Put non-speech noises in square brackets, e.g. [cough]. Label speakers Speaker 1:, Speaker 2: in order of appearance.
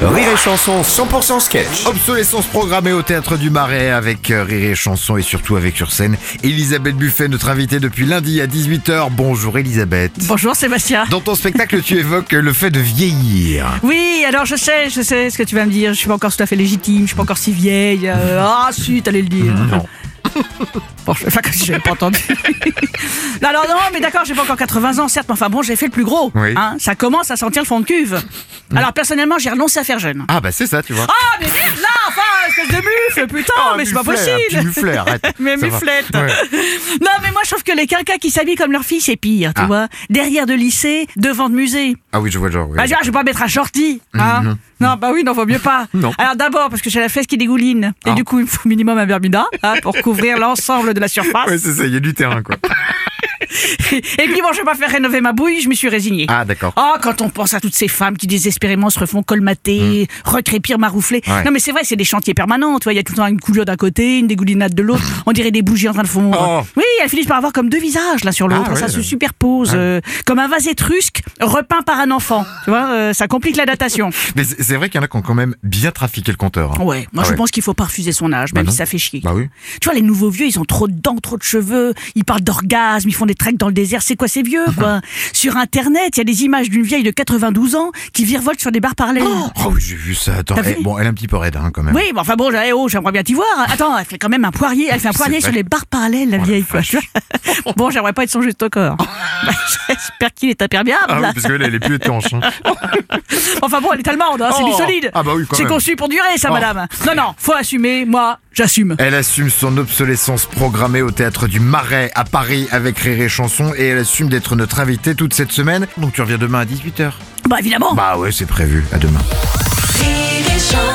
Speaker 1: Rire et Chanson 100% sketch.
Speaker 2: Obsolescence programmée au Théâtre du Marais avec euh, Rire et Chanson et surtout avec sur scène Elisabeth Buffet, notre invitée depuis lundi à 18h. Bonjour Elisabeth.
Speaker 3: Bonjour Sébastien.
Speaker 2: Dans ton spectacle, tu évoques euh, le fait de vieillir.
Speaker 3: Oui, alors je sais, je sais ce que tu vas me dire. Je suis pas encore tout à fait légitime, je suis pas encore si vieille. euh, Ah, si, t'allais le dire.
Speaker 2: Non.
Speaker 3: [laughs] Bon, je enfin, comme si j'avais pas entendu. non, non, non, mais d'accord, j'ai pas encore 80 ans, certes, mais enfin bon, j'ai fait le plus gros.
Speaker 2: Oui. Mm.
Speaker 3: hein. ça commence à sentir le fond de cuve. Alors personnellement, j'ai renoncé à faire jeune.
Speaker 2: Ah bah c'est ça, tu vois.
Speaker 3: Ah, mais merde, là, enfin, espèce de mufle, putain,
Speaker 2: Ah,
Speaker 3: mais c'est pas
Speaker 2: muflet, un petit
Speaker 3: possible.
Speaker 2: muflet, arrête.
Speaker 3: [laughs] mais
Speaker 2: Ça va.
Speaker 3: muflette.
Speaker 2: Ouais.
Speaker 3: Non, mais moi, je trouve que les quinquas qui s'habillent comme leur fille, c'est pire, tu
Speaker 2: Ah.
Speaker 3: vois. Derrière de lycée, devant de musée.
Speaker 2: Ah oui, je vois le genre. oui.
Speaker 3: Bah, je vais pas mettre un shorty, hein Non, bah oui, non, vaut mieux pas.
Speaker 2: Mhm. Non.
Speaker 3: Alors d'abord, parce que j'ai la fesse qui dégouline. Et
Speaker 2: Ah.
Speaker 3: du coup, il me faut minimum un Bermuda hein, pour
Speaker 2: [laughs]
Speaker 3: couvrir l'ensemble de la surface.
Speaker 2: Ouais, c'est ça, il y a du terrain quoi.
Speaker 3: Et puis bon, je vais pas faire rénover ma bouille, je me suis résignée.
Speaker 2: Ah d'accord.
Speaker 3: Ah, quand on pense à toutes ces femmes qui désespérément se refont colmater, recrépir, maroufler.
Speaker 2: Mhm. Ouais.
Speaker 3: Non, mais c'est vrai, c'est des chantiers permanents. Tu vois, il y a tout le temps une coulure d'un côté, une dégoulinade
Speaker 2: [laughs]
Speaker 3: de l'autre. On dirait des bougies en train de fondre.
Speaker 2: Oh.
Speaker 3: Oui, elles finissent par avoir comme deux visages l'un sur l'autre.
Speaker 2: Ah,
Speaker 3: ça
Speaker 2: ouais.
Speaker 3: se superpose, euh, comme un vase étrusque repeint par un enfant. Tu vois, euh, ça complique
Speaker 2: [laughs]
Speaker 3: la datation.
Speaker 2: Mais c'est c'est vrai qu'il y en a qui ont quand même bien trafiqué le compteur. hein.
Speaker 3: Ouais, moi
Speaker 2: Ah
Speaker 3: je
Speaker 2: ouais.
Speaker 3: pense qu'il faut pas refuser son âge,
Speaker 2: Bah
Speaker 3: même
Speaker 2: non.
Speaker 3: si ça fait chier.
Speaker 2: Bah oui.
Speaker 3: Tu vois, les nouveaux vieux, ils ont trop de dents, trop de cheveux, ils parlent d'orgasme, ils font des treks dans le désert, c'est quoi ces
Speaker 2: Ah
Speaker 3: vieux, quoi Sur Internet, il y a des images d'une vieille de 92 ans qui virevolte sur des bars parallèles.
Speaker 2: Oh oui, j'ai vu ça. Attends,
Speaker 3: T'as
Speaker 2: eh,
Speaker 3: vu
Speaker 2: bon, elle est un petit peu raide hein, quand même.
Speaker 3: Oui, mais enfin bon, eh oh, j'aimerais bien t'y voir. Attends, elle fait quand même un poirier, elle fait un
Speaker 2: C'est
Speaker 3: poirier
Speaker 2: vrai. Oh
Speaker 3: sur les barres parallèles, la
Speaker 2: la Oh.
Speaker 3: vieille, quoi. tu vois. [laughs] bon, j'aimerais pas être son juste au corps. [laughs] Bah, J'espère qu'il est imperméable.
Speaker 2: Ah oui,
Speaker 3: là.
Speaker 2: parce que là, elle est plus étanche. hein.
Speaker 3: Enfin bon, elle est allemande, hein, c'est
Speaker 2: Oh.
Speaker 3: du solide.
Speaker 2: Ah bah oui, quand
Speaker 3: c'est
Speaker 2: même.
Speaker 3: conçu pour durer, ça,
Speaker 2: Oh.
Speaker 3: madame. Non, non, faut assumer, moi, j'assume.
Speaker 2: Elle assume son obsolescence programmée au théâtre du Marais à Paris avec Rire et Chanson et elle assume d'être notre invitée toute cette semaine. Donc tu reviens demain à 18h.
Speaker 3: Bah évidemment.
Speaker 2: Bah ouais, c'est prévu. À demain.
Speaker 4: Rire et chanson.